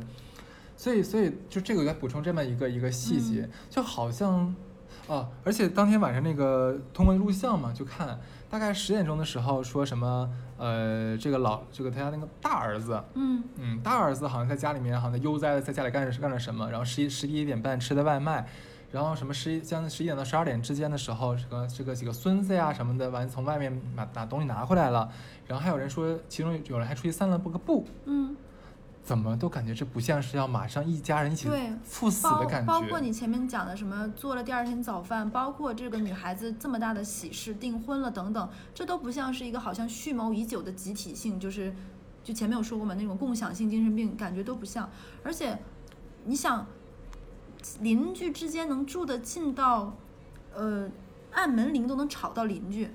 C: 所以，所以就这个来补充这么一个一个细节，就好像啊，而且当天晚上那个通过录像嘛，就看大概十点钟的时候说什么，呃，这个老这个他家那个大儿子，
B: 嗯，
C: 嗯，大儿子好像在家里面好像悠哉的在家里干着干着什么，然后十一十一点半吃的外卖，然后什么十一将十一点到十二点之间的时候，这个这个几个孙子呀什么的，完从外面把把东西拿回来了，然后还有人说，其中有人还出去散了个步，
B: 嗯，
C: 怎么都感觉这不像是要马上一家人一起
B: 对
C: 赴死
B: 包
C: 的感觉，
B: 包括你前面讲的什么做了第二天早饭，包括这个女孩子这么大的喜事、订婚了等等，这都不像是一个好像蓄谋已久的集体性，就是就前面有说过嘛，那种共享性精神病感觉都不像。而且你想，邻居之间能住得近到，呃，按门铃都能吵到邻居。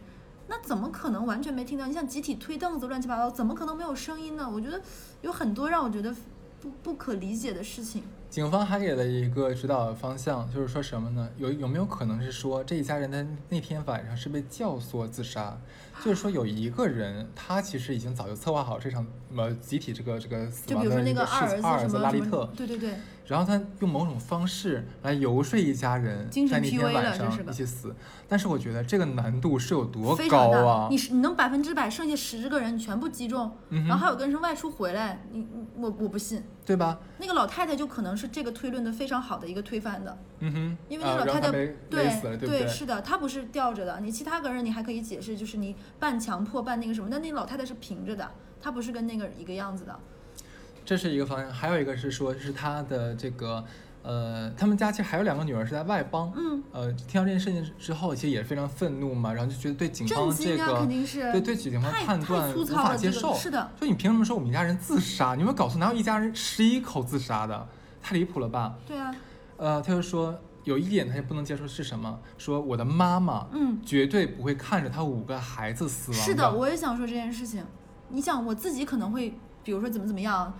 B: 那怎么可能完全没听到？你像集体推凳子乱七八糟，怎么可能没有声音呢？我觉得有很多让我觉得不不可理解的事情。
C: 警方还给了一个指导方向，就是说什么呢？有有没有可能是说这一家人在那天晚上是被教唆自杀？就是说有一个人他其实已经早就策划好这场呃集体这个这个死
B: 就比
C: 亡
B: 如说
C: 的
B: 那
C: 一
B: 个
C: 个
B: 二
C: 事
B: 儿
C: 情，
B: 子
C: 二
B: 什
C: 儿
B: 么
C: 子
B: 什
C: 拉利
B: 么
C: 特，
B: 对对对，
C: 然后他用某种方式来游说一家人
B: 精神
C: 在那
B: PUA
C: 天
B: 了
C: 晚
B: 这是
C: 上
B: 个
C: 一起死。但是我觉得这个难度是有多
B: 非常
C: 高
B: 大。
C: 啊
B: 你！是你能百分之百剩下十个人全部击中，
C: 嗯哼
B: 然后还有个人是外出回来，你你我我不信。
C: 对吧？
B: 那个老太太就可能是这个推论的非常好的一个推翻的，
C: 嗯哼，
B: 因为那
C: 啊
B: 个老
C: 然
B: 太
C: 后
B: 太、
C: 他被
B: 对
C: 勒死了，对不对？
B: 是的，她不是吊着的，你其他个人你还可以解释，就是你半强迫半那个什么，但那个老太太是平着的，她不是跟那个一个样子的。
C: 这是一个方向，还有一个是说是他的这个，呃，他们家其实还有两个女儿是在外邦，
B: 嗯，
C: 呃，听到这件事情之后，其实也非常愤怒嘛，然后就觉得对警
B: 震
C: 方
B: 惊
C: 这
B: 啊，肯
C: 个，
B: 定是
C: 对对警方
B: 太
C: 判断
B: 太粗
C: 无
B: 糙
C: 法
B: 了
C: 接
B: 这个
C: 受，
B: 是的
C: 就你凭什么说我们一家人自杀？你有没有搞错？哪有一家人十一口自杀的？太离谱了吧？
B: 对啊，
C: 呃，他就说有一点他也不能接受是什么？说我的妈妈
B: 嗯，
C: 绝对不会看着她五个孩子死亡
B: 是的，我也想说这件事情。你想，我自己可能会，比如说怎么怎么样，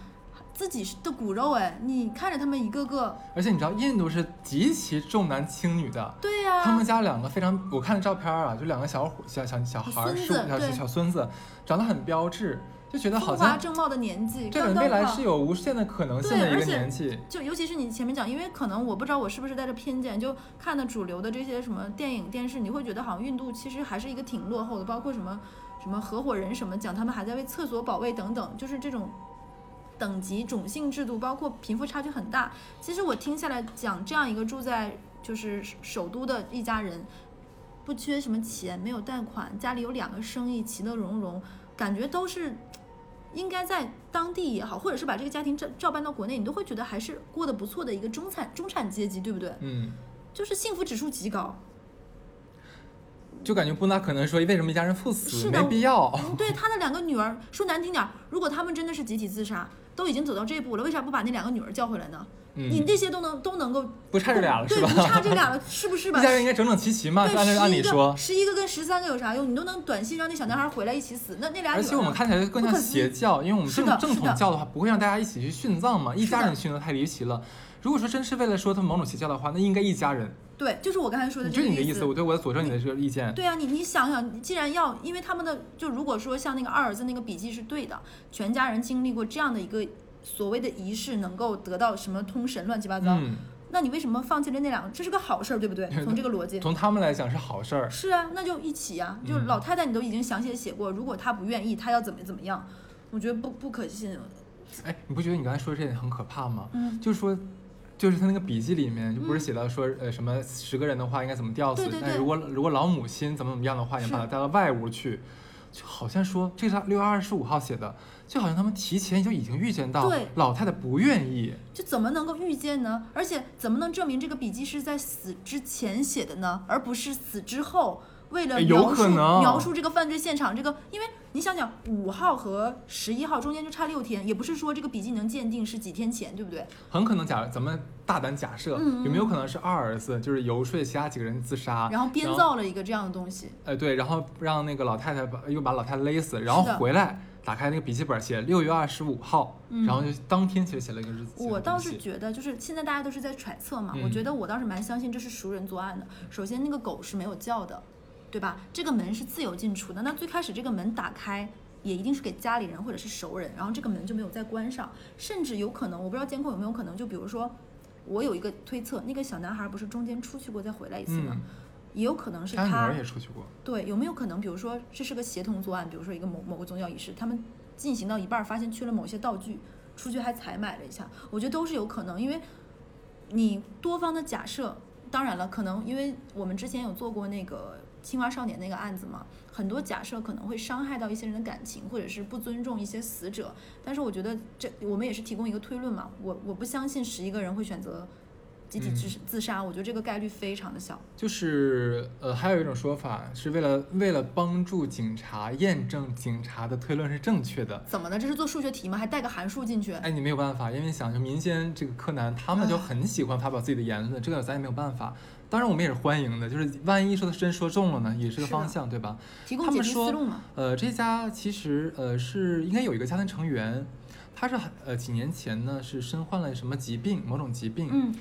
B: 自己是的骨肉哎，你看着他们一个个，
C: 而且你知道印度是极其重男轻女的，
B: 对呀、
C: 他们家两个非常，我看的照片啊，就两个小伙小小小孩儿，
B: 孙
C: 是
B: 子
C: 小
B: 对
C: 小孙子，长得很标致，就觉得好
B: 风华
C: 像
B: 正茂的年纪，
C: 这
B: 刚
C: 个
B: 刚
C: 未来
B: 好
C: 是。有无限的可能性
B: 对
C: 的一
B: 而
C: 个
B: 且
C: 年纪。
B: 就尤其是你前面讲，因为可能我不知道我是不是带着偏见，就看的主流的这些什么电影、电视，你会觉得好像印度其实还是一个挺落后的，包括什么什么合伙人什么讲，他们还在为厕所保卫等等，就是这种等级、种姓制度，包括贫富差距很大。其实我听下来讲，这样一个住在就是首都的一家人，不缺什么钱，没有贷款，家里有两个生意，其乐融融，感觉都是应该在当地也好，或者是把这个家庭照照搬到国内，你都会觉得还是过得不错的一个中产中产阶级，对不对？
C: 嗯，
B: 就是幸福指数极高。
C: 就感觉布纳可能说为什么一家人赴死
B: 是
C: 没
B: 的
C: 必要，
B: 嗯，对，他的两个女儿，说难听点儿，如果他们真的是集体自杀，都已经走到这一步了，为啥不把那两个女儿叫回来呢？你
C: 嗯，
B: 这些都能都能够，
C: 不差这俩了是
B: 对，
C: 吧？
B: 不差这俩了，是不是吧
C: 一？家人应该整整齐齐嘛，
B: 对，
C: 按照按
B: 十
C: 理
B: 一
C: 说
B: 个，十一个跟十三个有啥用？你都能短信让那小男孩回来一起死，那那俩女
C: 而
B: 儿
C: 且我们
B: 呢，
C: 看起来更像邪教，因为我们
B: 是
C: 正
B: 的
C: 正
B: 是的
C: 统教的话，不会让大家一起去殉葬嘛，一
B: 是的
C: 家人殉的太离奇了。如果说真是为了说他某种邪教的话，那应该一家人。
B: 对，就是我刚才说的
C: 你
B: 这
C: 就
B: 个
C: 你的意思，我对我佐证你的这个意见。
B: 对啊，你你想想，你既然要，因为他们的就如果说像那个二儿子那个笔记是对的，全家人经历过这样的一个所谓的仪式，能够得到什么通神乱七八糟，
C: 嗯，
B: 那你为什么放弃了那两个？这是个好事儿，对 不对？从这个逻辑。
C: 从他们来讲是好事儿，
B: 是啊，那就一起啊！
C: 嗯
B: 就老太太，你都已经详细的写过，如果她不愿意，她要怎么怎么样，我觉得不不可信。啊
C: 哎，你不觉得你刚才说这点很可怕吗？
B: 嗯，
C: 就是说，就是他那个笔记里面就不是写到说，呃，什么十个人的话应该怎么吊死？
B: 对对
C: 但
B: 对
C: 如果如果老母亲怎么怎么样的话，你
B: 是
C: 把她带到外屋去，就好像说这是六月二十五号写的，就好像他们提前就已经预见到
B: 对
C: 老太太不愿意。
B: 就怎么能够预见呢？而且怎么能证明这个笔记是在死之前写的呢？而不是死之后为了
C: 哎有
B: 描
C: 可
B: 述
C: 能
B: 描述这个犯罪现场，这个因为你想想，五号和十一号中间就差六天，也不是说这个笔记能鉴定是几天前，对不对？
C: 很可能假，咱们大胆假设，
B: 嗯嗯
C: 有没有可能是二儿子就是游说其他几个人自杀，
B: 然后编造了一个这样的东西，
C: 呃，对，然后让那个老太太把又把老太太勒死，然后
B: 是的
C: 回来打开那个笔记本写六月二十五号，
B: 嗯
C: 然后就当天其实写了一个日子。
B: 我倒是
C: 写了个日期
B: 觉得，就是现在大家都是在揣测嘛，
C: 嗯
B: 我觉得我倒是蛮相信这是熟人作案的。首先，那个狗是没有叫的，对吧？这个门是自由进出的，那最开始这个门打开。也一定是给家里人或者是熟人，然后这个门就没有再关上，甚至有可能，我不知道监控有没有可能，就比如说，我有一个推测，那个小男孩不是中间出去过再回来一次吗？
C: 嗯，
B: 也有可能是
C: 他女
B: 他
C: 儿也出去过，
B: 对，有没有可能，比如说这是个协同作案，比如说一个某某个宗教仪式，他们进行到一半儿发现缺了某些道具，出去还采买了一下，我觉得都是有可能，因为你多方的假设，当然了，可能因为我们之前有做过那个青蛙少年那个案子嘛，很多假设可能会伤害到一些人的感情，或者是不尊重一些死者，但是我觉得这我们也是提供一个推论嘛，我我不相信十一个人会选择集体自自杀，我觉得这个概率非常的小，
C: 就是呃，还有一种说法是为了为了帮助警察验证警察的推论是正确的。
B: 怎么呢？这是做数学题吗？还带个函数进去？
C: 哎，你没有办法，因为你想，就民间这个柯南，他们就很喜欢发表自己的言论，这个咱也没有办法。当然，我们也是欢迎的，就是万一说的真说中了呢，也是个
B: 是的
C: 方向，对吧？
B: 提供
C: 他
B: 解
C: 们
B: 题
C: 说
B: 思路嘛。
C: 呃，这家其实呃是应该有一个家庭成员，他是很呃几年前呢是身患了什么疾病，某种疾病，
B: 嗯，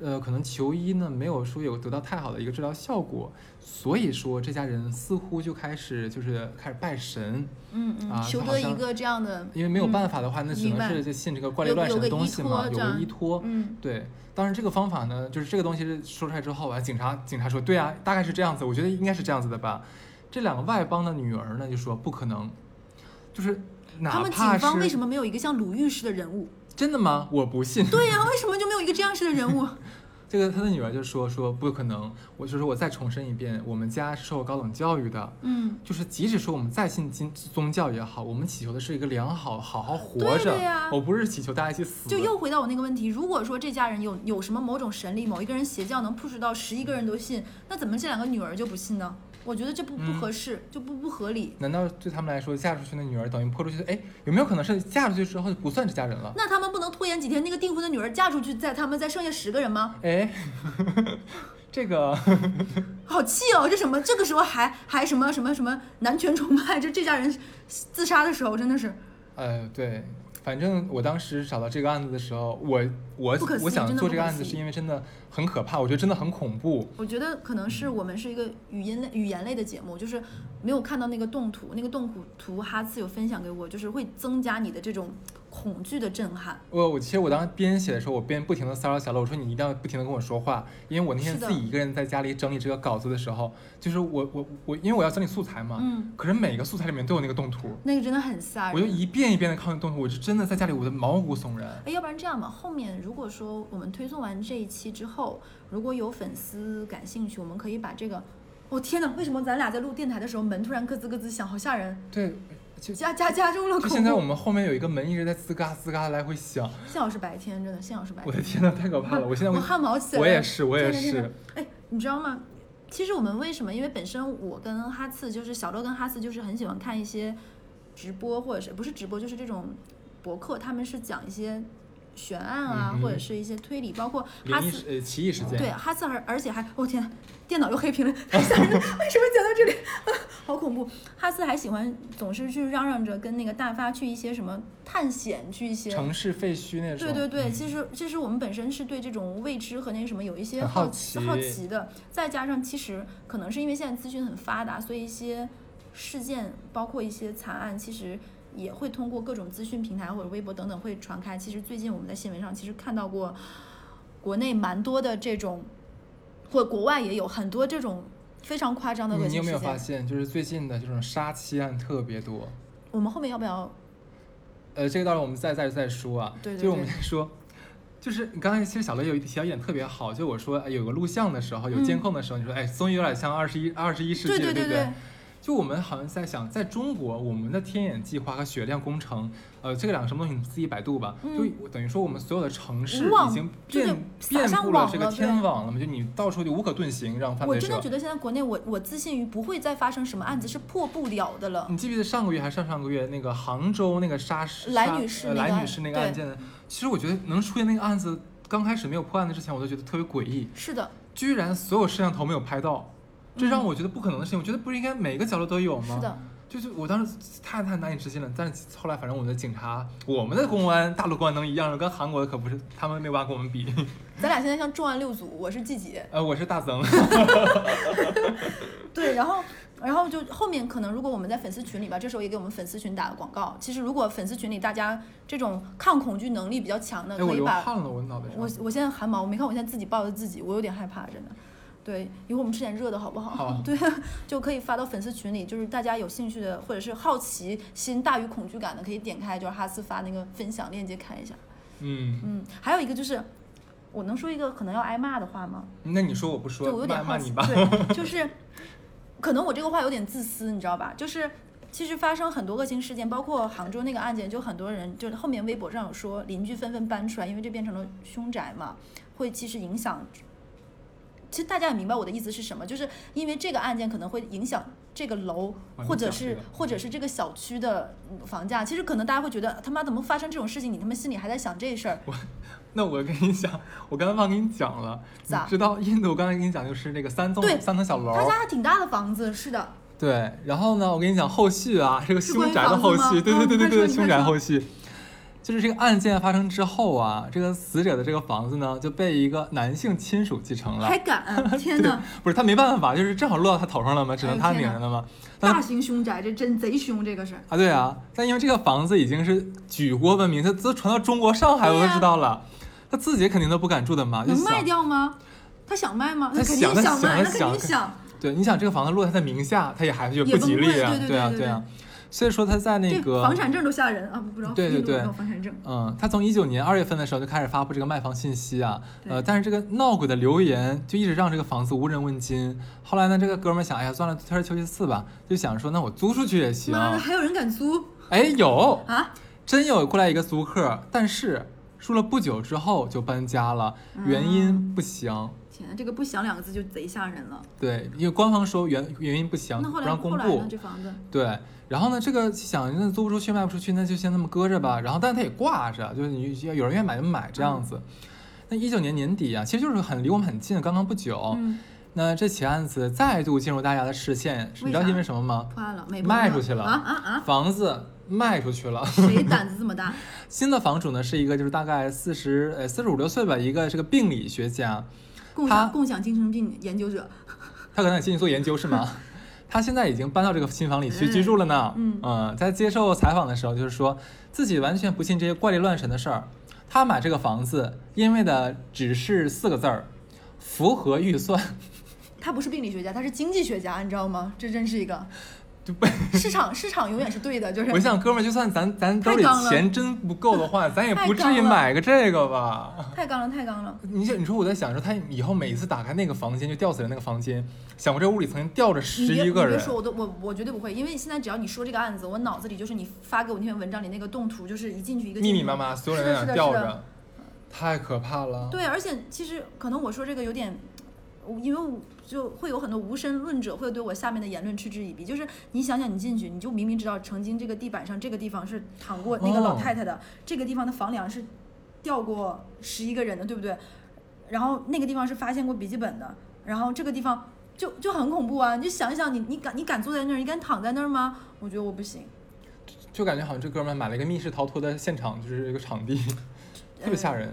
C: 呃可能求医呢没有说有得到太好的一个治疗效果，所以说这家人似乎就开始就是开始拜神，
B: 嗯嗯，
C: 啊
B: 求
C: 就好
B: 得一
C: 像
B: 个这样的，
C: 因为没有办法的话，那只
B: 嗯明
C: 能
B: 白
C: 是就信这个怪力
B: 有
C: 乱
B: 有
C: 神
B: 个
C: 的东
B: 依
C: 西
B: 托
C: 嘛，有
B: 这
C: 个
B: 样
C: 依托，
B: 嗯，
C: 对，当然这个方法呢，就是这个东西说出来之后啊，警察警察说，对啊，大概是这样子，我觉得应该是这样子的吧。这两个外邦的女儿呢，就说不可能，就是
B: 他
C: 哪
B: 们警
C: 怕
B: 方为
C: 是
B: 什么没有一个像鲁豫式的人物？
C: 真的吗？我不信。
B: 对呀、为什么就没有一个这样式的人物？ 嗯
C: 这个他的女儿就说说不可能，我就说我再重申一遍，我们家是受过高等教育的。
B: 嗯，
C: 就是，即使说我们再信金宗教也好，我们祈求的是一个良好、好好活
B: 对
C: 着。
B: 的呀
C: 我不是祈求大家一起死。
B: 就又回到我那个问题，如果说这家人有有什么某种神力，某一个人邪教能 push 到十一个人都信，那怎么这两个女儿就不信呢？我觉得这不不
C: 嗯
B: 合适，就不不合理。
C: 难道对他们来说，嫁出去的女儿等于泼出去的？哎，有没有可能是嫁出去之后就不算是嫁人了？
B: 那他们不能拖延几天，那个订婚的女儿嫁出去，再他们再剩下十个人吗？
C: 哎，这个
B: 好气哦！这什么？这个时候还还什么什么什么男权崇拜？这这家人自杀的时候真的是
C: 呃，对，反正我当时找到这个案子的时候，我我
B: 不可思议
C: 我想
B: 真的
C: 做
B: 不
C: 这个
B: 可
C: 案子
B: 思
C: 是
B: 议
C: 因为真的很可怕，我觉得真的很恐怖。
B: 我觉得可能是我们是一个语音类、语言类的节目，就是没有看到那个动图，那个动图图哈次有分享给我，就是会增加你的这种恐惧的震撼。
C: 我我其实我当时边写的时候，我边不停的骚扰小乐，我说你一定要不停的跟我说话，因为我那天
B: 是的
C: 自己一个人在家里整理这个稿子的时候，就是我我我，因为我要整理素材嘛，
B: 嗯，哎
C: 可是每个素材里面都有那个动图，
B: 那个真的很吓人。
C: 我就一遍一遍的看那动图，我就真的在家里我的毛骨悚然。
B: 哎，要不然这样吧，后面如果说我们推送完这一期之后，如果有粉丝感兴趣，我们可以把这个。哦天哪，为什么咱俩在录电台的时候门突然咯吱咯吱响，好吓人！
C: 对，就
B: 加加加入了恐
C: 就
B: 怖。
C: 现在我们后面有一个门一直在吱嘎吱嘎地来回响，
B: 幸好是白天，真的幸好是白
C: 我
B: 天。
C: 的天呐，太可怕了！我现在
B: 我
C: 会
B: 汗毛起来
C: 我
B: 了。
C: 也是，我也
B: 对对对
C: 是
B: 对，哎，你知道吗？其实我们为什么？因为本身我跟哈次就是小乐跟哈次就是很喜欢看一些直播，或者是不是直播，就是这种博客，他们是讲一些悬案啊，
C: 嗯哼
B: 或者是一些推理，包括哈
C: 灵异
B: 次
C: 事呃奇异事件，
B: 对，啊哈斯尔，而且还，我、天，电脑又黑屏了， 太吓人了！为什么讲到这里、 好恐怖！哈斯还喜欢总是去嚷嚷着跟那个大发去一些什么探险，去一些。
C: 城市废墟那种，
B: 对对对，
C: 嗯
B: 其实其实我们本身是对这种未知和那什么有一些
C: 很
B: 好
C: 好
B: 奇
C: 奇
B: 好奇的，再加上其实可能是因为现在资讯很发达，所以一些事件包括一些惨案，其实也会通过各种资讯平台或者微博等等会传开。其实最近我们在新闻上其实看到过，国内蛮多的这种，或国外也有很多这种非常夸张的恶
C: 嗯你你
B: 性
C: 有没
B: 事
C: 有发
B: 件。
C: 现，就是最近的这种杀妻案特别多？
B: 我们后面要不要？
C: 呃，这个到时候我们再再再说啊。
B: 对对
C: 就是我们
B: 对
C: 先说，就是你刚才其实小乐有一提到一点特别好，就我说、哎、有个录像的时候，有监控的时候，你说哎，终于有点像二十一二十一世纪了，
B: 嗯对
C: 不
B: 对对，
C: 就我们好像在想，在中国，我们的天眼计划和雪亮工程，呃，这个两个什么东西，你自己百度吧。
B: 嗯
C: 就等于说，我们所有的城市
B: 无网
C: 已经
B: 就是
C: 遍
B: 撒
C: 遍
B: 上
C: 布了
B: 网
C: 这个
B: 了
C: 天
B: 对
C: 网了嘛，就你到处就无可遁形，让犯
B: 我
C: 罪
B: 真的
C: 者
B: 觉。得现在国内我我自信于不会再发生什么案
C: 嗯
B: 子是破不了的了。
C: 你记不记得上个月还是上上个月那个杭州那个杀杀
B: 蓝女士
C: 呃
B: 那个
C: 蓝
B: 案
C: 女士那个
B: 对
C: 案件呢？其实我觉得能出现那个案子，刚开始没有破案的之前，我都觉得特别诡异，
B: 是的，
C: 居然所有摄像头没有拍到，这
B: 嗯
C: 让我觉得不可能的事情。我觉得不是应该每个角落都有吗？
B: 是的，
C: 就是我当时太太难以置信了，但是后来反正我们的警察，我们的公安，大陆公安能一样吗？跟韩国的可不是，他们没有办法跟我们比。
B: 咱俩现在像重案六组，我是季姐。
C: 呃，我是 大曾，
B: 对，然后，然后就后面可能如果我们在粉丝群里吧，这时候也给我们粉丝群打个广告。其实如果粉丝群里大家这种抗恐惧能力比较强的，
C: 哎，我
B: 可以
C: 流
B: 把
C: 汗了，我脑袋上
B: 我。我现在汗毛，我没看我现在自己抱着自己，我有点害怕，真的。对，一会儿我们吃点热的好不好？
C: 好
B: 对，就可以发到粉丝群里，就是大家有兴趣的或者是好奇心大于恐惧感的，可以点开，就是哈斯发那个分享链接看一下。
C: 嗯，
B: 嗯，还有一个就是，我能说一个可能要挨骂的话吗？
C: 那你说我不
B: 对，我
C: 说，
B: 有
C: 骂
B: 点好
C: 骂
B: 奇，
C: 你吧。
B: 对，就是可能我这个话有点自私，你知道吧？就是其实发生很多恶性事件，包括杭州那个案件，就很多人就是后面微博上有说邻居纷纷搬出来，因为这变成了凶宅嘛，会其实影响。其实大家也明白我的意思是什么，就是因为这个案件可能会影响这个楼，
C: 哇
B: 或
C: 你
B: 者
C: 讲哦这
B: 是
C: 个嗯
B: 或者是这个小区的嗯房价。其实可能大家会觉得他妈怎么发生这种事情，你他妈心里还在想这事儿，
C: 那我跟你讲，我刚才忘跟你讲了，你
B: 咋
C: 知道印度我刚才跟你讲就是那个三栋
B: 对
C: 三层小楼
B: 他，家还挺大的房子，是的，
C: 对，然后呢，我跟你讲后续啊，这个
B: 是
C: 凶
B: 关于
C: 宅的
B: 房子
C: 后
B: 吗
C: 续，对
B: 嗯
C: 对对
B: 你快
C: 对对，
B: 说你
C: 凶
B: 快
C: 宅
B: 说
C: 后续，就是这个案件发生之后啊，这个死者的这个房子呢就被一个男性亲属继承了
B: 还， 敢，天哪！
C: 不是他没办法，就是正好落到他头上了嘛，只
B: 哎
C: 能
B: 呦
C: 他
B: 天
C: 名
B: 哪
C: 下了嘛，但
B: 大型凶宅，这真贼凶，这个是。
C: 啊，对啊，但因为这个房子已经是举国闻名，它都传到中国上海，
B: 对
C: 我都
B: 呀
C: 知道了，他自己肯定都不敢住的啊嘛，就
B: 嗯能卖
C: 想，
B: 掉吗？他想卖吗？
C: 他
B: 肯
C: 想
B: 定
C: 他想
B: 卖，
C: 他
B: 那肯定
C: 想
B: 想。
C: 对，你想这个房子落在他名下，他也还觉得
B: 也
C: 不吉
B: 崩溃
C: 利啊，
B: 对对
C: 啊，
B: 对对
C: 对啊，所以说他在那
B: 这
C: 个
B: 房产证都吓人啊！不不知道
C: 对对
B: 印度有没
C: 对
B: 有房产证。
C: 嗯，他从一九年二月份的时候就开始发布这个卖房信息啊，呃，
B: 对
C: 但是这个闹鬼的留言就一直让这个房子无人问津。后来呢，这个哥们儿想，哎呀，算了，退而求其次吧，就想说，那我租出去也行。
B: 妈的，还有人敢租
C: 哎，有，
B: 啊？
C: 真有过来一个租客，但是住了不久之后就搬家了，
B: 嗯
C: 原因不详。
B: 天啊，这个“不祥”两个字就贼吓人了。
C: 对，因为官方说原原因不详，
B: 那后
C: 不
B: 来
C: 让公
B: 后来
C: 布
B: 呢？。这房子
C: 对，然后呢，这个想那租不出去卖不出去，那就先这么搁着吧。然后，但是它也挂着，就是你有人愿意买就买这样子。
B: 嗯
C: 那一九年年底啊，其实就是很离我们很近，刚刚不久。
B: 嗯
C: 那这起案子再度进入大家的视线，你知道
B: 为啥
C: 因为什么吗？
B: 破案了，没
C: 卖
B: 破
C: 出去了
B: 啊啊
C: 房子卖出去了。
B: 啊！谁胆子这么 大？
C: 新的房主呢是一个就是大概四十呃四十五六岁吧，一个是个病理学家，
B: 共
C: 他
B: 享共享精神病研究者，
C: 他可能也进去做研究是吗？他现在已经搬到这个新房里去居住了呢。
B: 嗯
C: 嗯，在接受采访的时候，就是说自己完全不信这些怪力乱神的事儿。他买这个房子，因为的只是四个字儿，符合预算。
B: 他不是病理学家，他是经济学家，你知道吗？这真是一个
C: 就 被
B: 市场，市场永远是对的，就是
C: 我想，哥们儿，就算咱咱兜
B: 太
C: 里
B: 刚了
C: 钱真不够的话，咱也
B: 太
C: 不至
B: 刚
C: 于
B: 了
C: 买个这个吧。
B: 太刚了，太刚了。
C: 你想，你说我在想说，他以后每一次打开那个房间就吊死人那个房间，想过这屋里曾经吊着
B: 你
C: 十
B: 别
C: 一
B: 你
C: 个
B: 别
C: 人，
B: 说，我都我我绝对不会，因为现在只要你说这个案子，我脑子里就是你发给我那篇文章里那个动图，就是一进去一个
C: 密密
B: 镜头
C: 麻麻，所有人
B: 是的
C: 在那
B: 是的
C: 儿吊
B: 是
C: 着
B: 的，
C: 太可怕了。
B: 对，而且其实可能我说这个有点，我因为我就会有很多无神论者会对我下面的言论嗤之以鼻。就是你想想，你进去，你就明明知道曾经这个地板上这个地方是躺过那个老
C: 哦
B: 太太的，这个地方的房梁是掉过十一个人的，对不对？然后那个地方是发现过笔记本的，然后这个地方就就很恐怖啊！你就想一想你，你敢你敢坐在那儿，你敢躺在那儿吗？我觉得我不行。
C: 就感觉好像这哥们儿买了一个密室逃脱的现场，就是一个场地，
B: 嗯
C: 特
B: 呃
C: 别吓人。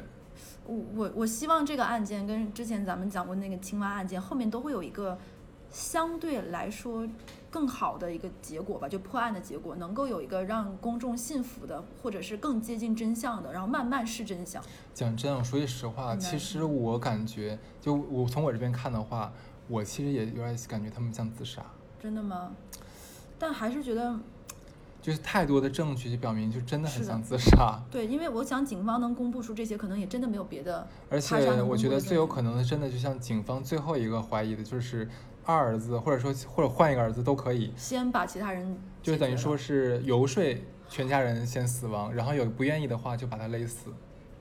B: 我我我希望这个案件跟之前咱们讲过那个青蛙案件后面都会有一个相对来说更好的一个结果吧，就破案的结果能够有一个让公众信服的，或者是更接近真相的，然后慢慢是真相。
C: 讲真，我说句实话，
B: 明白
C: 其实我感觉，就我从我这边看的话，我其实也有点感觉他们像自杀，
B: 真的吗？但还是觉得
C: 就是太多的证据就表明，就真的很
B: 是的
C: 像自杀。
B: 对，因为我想警方能公布出这些，可能也真的没有别的
C: 而
B: 他杀
C: 且
B: 能
C: 我
B: 公
C: 觉
B: 布
C: 得
B: 的
C: 最
B: 证
C: 有
B: 据
C: 可能的，真的就像警方最后一个怀疑的就是二儿子，或者说或者换一个儿子都可以，
B: 先把其他人
C: 就是
B: 解
C: 等
B: 决
C: 于
B: 了
C: 说是游说全家人先死亡，然后有不愿意的话就把他勒死，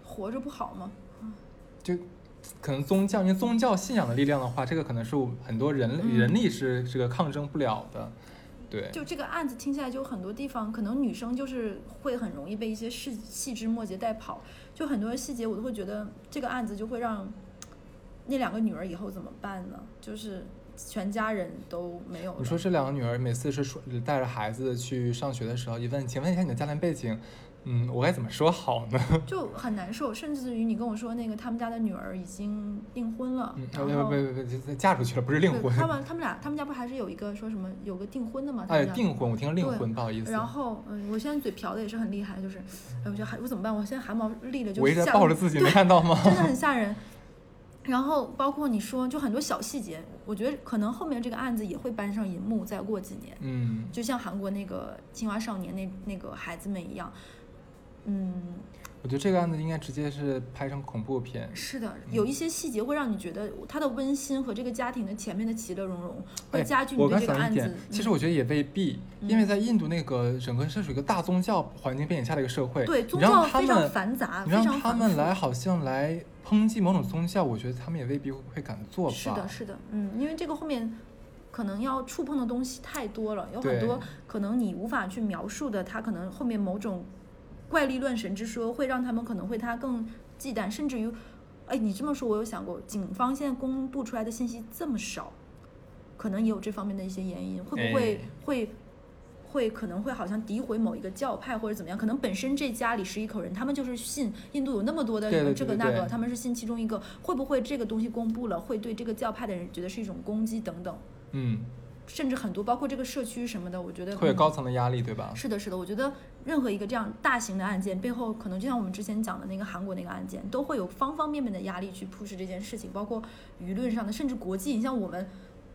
B: 活着不好吗？
C: 就可能宗教，因为宗教信仰的力量的话，这个可能是很多人类、人力是这个抗争不了的，对，
B: 嗯就这个案子听起来，就很多地方可能女生就是会很容易被一些细细枝末节带跑，就很多细节我都会觉得这个案子就会让那两个女儿以后怎么办呢？就是全家人都没有了。
C: 你说这两个女儿每次是说带着孩子去上学的时候，一问，请问一下你的家庭背景，嗯，我该怎么说好呢？
B: 就很难受，甚至于你跟我说那个他们家的女儿已经订婚了，
C: 嗯，
B: 然
C: 不
B: 后
C: 不不不，嫁出去了，不是订
B: 对
C: 婚。
B: 他们他们俩他们家不还是有一个说什么有个订婚的吗？他
C: 哎，
B: 们家
C: 订婚，我听成订
B: 啊对
C: 婚，不好意思。
B: 然后，嗯，我现在嘴瓢的也是很厉害，就是，哎，我觉得还我怎么办？我现在汗毛立了就
C: 围着
B: 吓
C: 抱
B: 得
C: 着自己，
B: 对
C: 没看到吗？
B: 真的很吓人。然后包括你说，就很多小细节，我觉得可能后面这个案子也会搬上银幕，再过几年，
C: 嗯，
B: 就像韩国那个青蛙少年那那个孩子们一样，嗯，
C: 我觉得这个案子应该直接是拍成恐怖片，
B: 是的，有一些细节会让你觉得它的温馨和这个家庭的前面的其乐融融，会
C: 哎
B: 加剧你
C: 我
B: 对
C: 刚
B: 这个
C: 想
B: 案
C: 一
B: 子。
C: 点，
B: 嗯
C: 其实我觉得也未必，因为在印度那个整个是属于一个大宗教环境背景下的一个社会，
B: 对
C: 你
B: 宗
C: 让
B: 教
C: 他
B: 非常
C: 们
B: 繁杂，
C: 你
B: 非
C: 让
B: 常
C: 他
B: 繁
C: 们
B: 复
C: 来，好像来抨击某种宗教，我觉得他们也未必会会敢做吧。
B: 是的，是的，嗯，因为这个后面可能要触碰的东西太多了，有很
C: 对
B: 多可能你无法去描述的，它可能后面某种怪力乱神之说会让他们可能会他更忌惮，甚至于，哎，你这么说，我有想过，警方现在公布出来的信息这么少，可能也有这方面的一些原因，会不会
C: 哎
B: 会？会可能会好像诋毁某一个教派或者怎么样，可能本身这家里十一口人，他们就是信印度有那么多的
C: 对
B: 什么
C: 对
B: 这
C: 对
B: 个
C: 对
B: 那
C: 对
B: 个，他们是信其中一个，会不会这个东西公布了，会对这个教派的人觉得是一种攻击等等，
C: 嗯，
B: 甚至很多包括这个社区什么的，我觉得
C: 会有
B: 嗯
C: 高层的压力，对吧？
B: 是的，是的，我觉得任何一个这样大型的案件背后，可能就像我们之前讲的那个韩国那个案件，都会有方方面面的压力去 push 这件事情，包括舆论上的，甚至国际。你像我们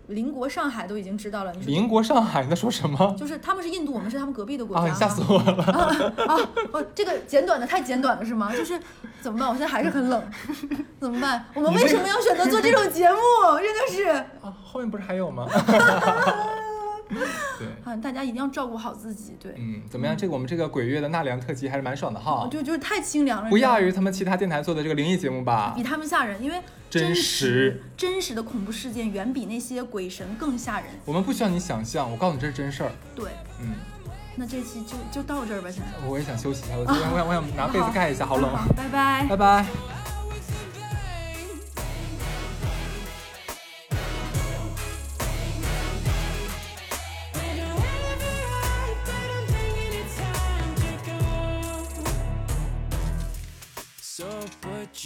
B: 邻国上海都已经知道了，你说
C: 邻国上海，你在说什么？
B: 就是他们是印度，我们是他们隔壁的国家
C: 啊，你
B: 吗？
C: 吓死我了！
B: 啊啊！哦，这个简短的太简短了是吗？就是怎么办？我现在还是很冷，怎么办？我们为什么要选择做这种节目？真的是。
C: 啊，后面不是 还有吗？对，
B: 啊，大家一定要照顾好自己，对，哦
C: 嗯，怎么样？这个我们这个鬼月的纳凉特辑还是蛮爽的哈。
B: 就就是太清凉了，
C: 不
B: 你知道
C: 亚
B: 吗
C: 于他们其他电台做的这个灵异节目吧
B: 比？他们吓人，因为
C: 真
B: 实
C: 实
B: 真实的恐怖事件远比那些鬼神更吓人。
C: 我们不需要你想象，我告诉你这是真事儿。
B: 对，
C: 嗯，
B: 那这期就就到这儿吧，现在
C: 我也想休息一下，我今天我想我想拿被子盖一下，好冷。
B: 哦好，拜拜
C: 拜。拜。
A: I was in pain. When you have it right, but I'm taking the time to go. So put Put